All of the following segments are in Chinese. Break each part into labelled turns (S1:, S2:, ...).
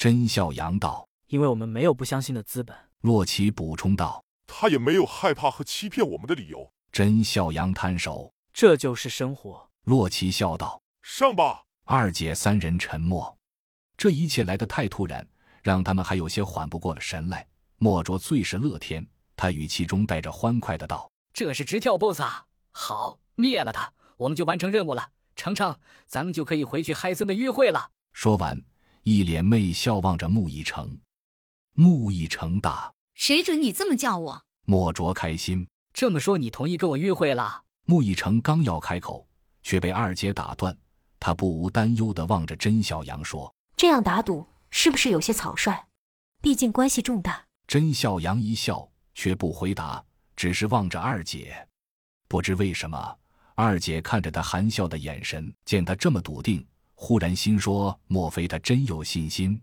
S1: 甄孝阳道。
S2: 因为我们没有不相信的资本。
S1: 洛奇补充道。
S3: 他也没有害怕和欺骗我们的理由。
S1: 甄孝阳摊手。
S2: 这就是生活。
S1: 洛奇笑道。
S3: 上吧。
S1: 二姐三人沉默。这一切来得太突然，让他们还有些缓不过了神来。莫卓最是乐天，他语气中带着欢快的道：“
S4: 这是直跳 BOSS 啊！好，灭了他，我们就完成任务了。程程，咱们就可以回去嗨森的约会了。”
S1: 说完，一脸媚笑望着穆一成。穆一成大：“
S5: 谁准你这么叫我？”
S1: 莫卓开心：“
S4: 这么说你同意跟我约会了？”
S1: 穆一成刚要开口，却被二姐打断。他不无担忧地望着甄小阳说：“
S6: 这样打赌是不是有些草率？毕竟关系重大。”
S1: 甄笑阳一笑，却不回答，只是望着二姐。不知为什么，二姐看着他含笑的眼神，见他这么笃定，忽然心说：莫非他真有信心？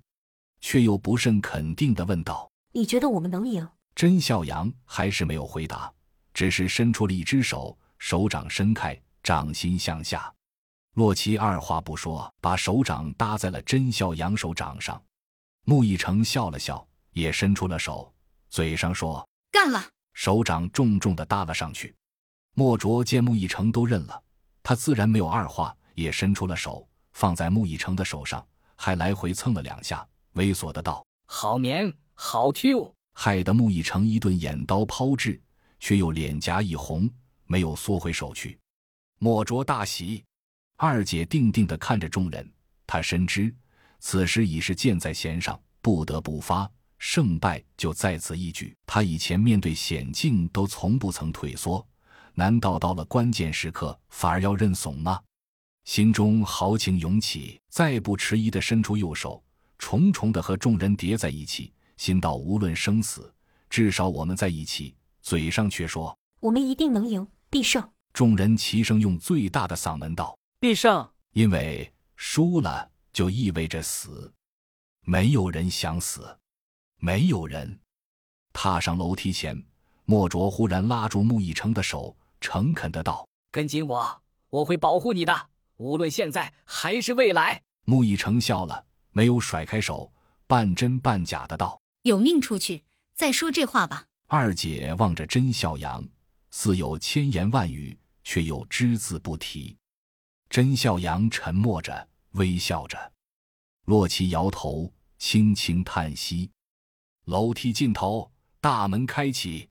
S1: 却又不甚肯定地问道：“
S6: 你觉得我们能赢？”
S1: 甄笑阳还是没有回答，只是伸出了一只手，手掌伸开，掌心向下。洛奇二话不说，把手掌搭在了甄笑阳手掌上。穆一成笑了笑。也伸出了手，嘴上说：“
S5: 干了！”
S1: 手掌重重的搭了上去。莫卓见穆一成都认了，他自然没有二话，也伸出了手，放在穆一成的手上，还来回蹭了两下，猥琐的道：“
S4: 好绵，好 Q！”
S1: 害得穆一成一顿眼刀抛掷，却又脸颊一红，没有缩回手去。莫卓大喜，二姐定定的看着众人，她深知此时已是箭在弦上，不得不发。胜败就在此一举。他以前面对险境都从不曾退缩，难道到了关键时刻反而要认怂吗？心中豪情涌起，再不迟疑地伸出右手，重重地和众人叠在一起，心道无论生死，至少我们在一起。嘴上却说：“
S6: 我们一定能赢，必胜！”
S1: 众人齐声用最大的嗓门道：“
S2: 必胜！”
S1: 因为输了就意味着死，没有人想死。没有人。踏上楼梯前，莫卓忽然拉住穆一成的手，诚恳的道：“
S4: 跟紧我，我会保护你的，无论现在还是未来。”
S1: 穆一成笑了，没有甩开手，半真半假的道：“
S5: 有命出去，再说这话吧。”
S1: 二姐望着甄小阳，似有千言万语，却又只字不提。甄小阳沉默着，微笑着。洛奇摇头，轻轻叹息。楼梯尽头，大门开启。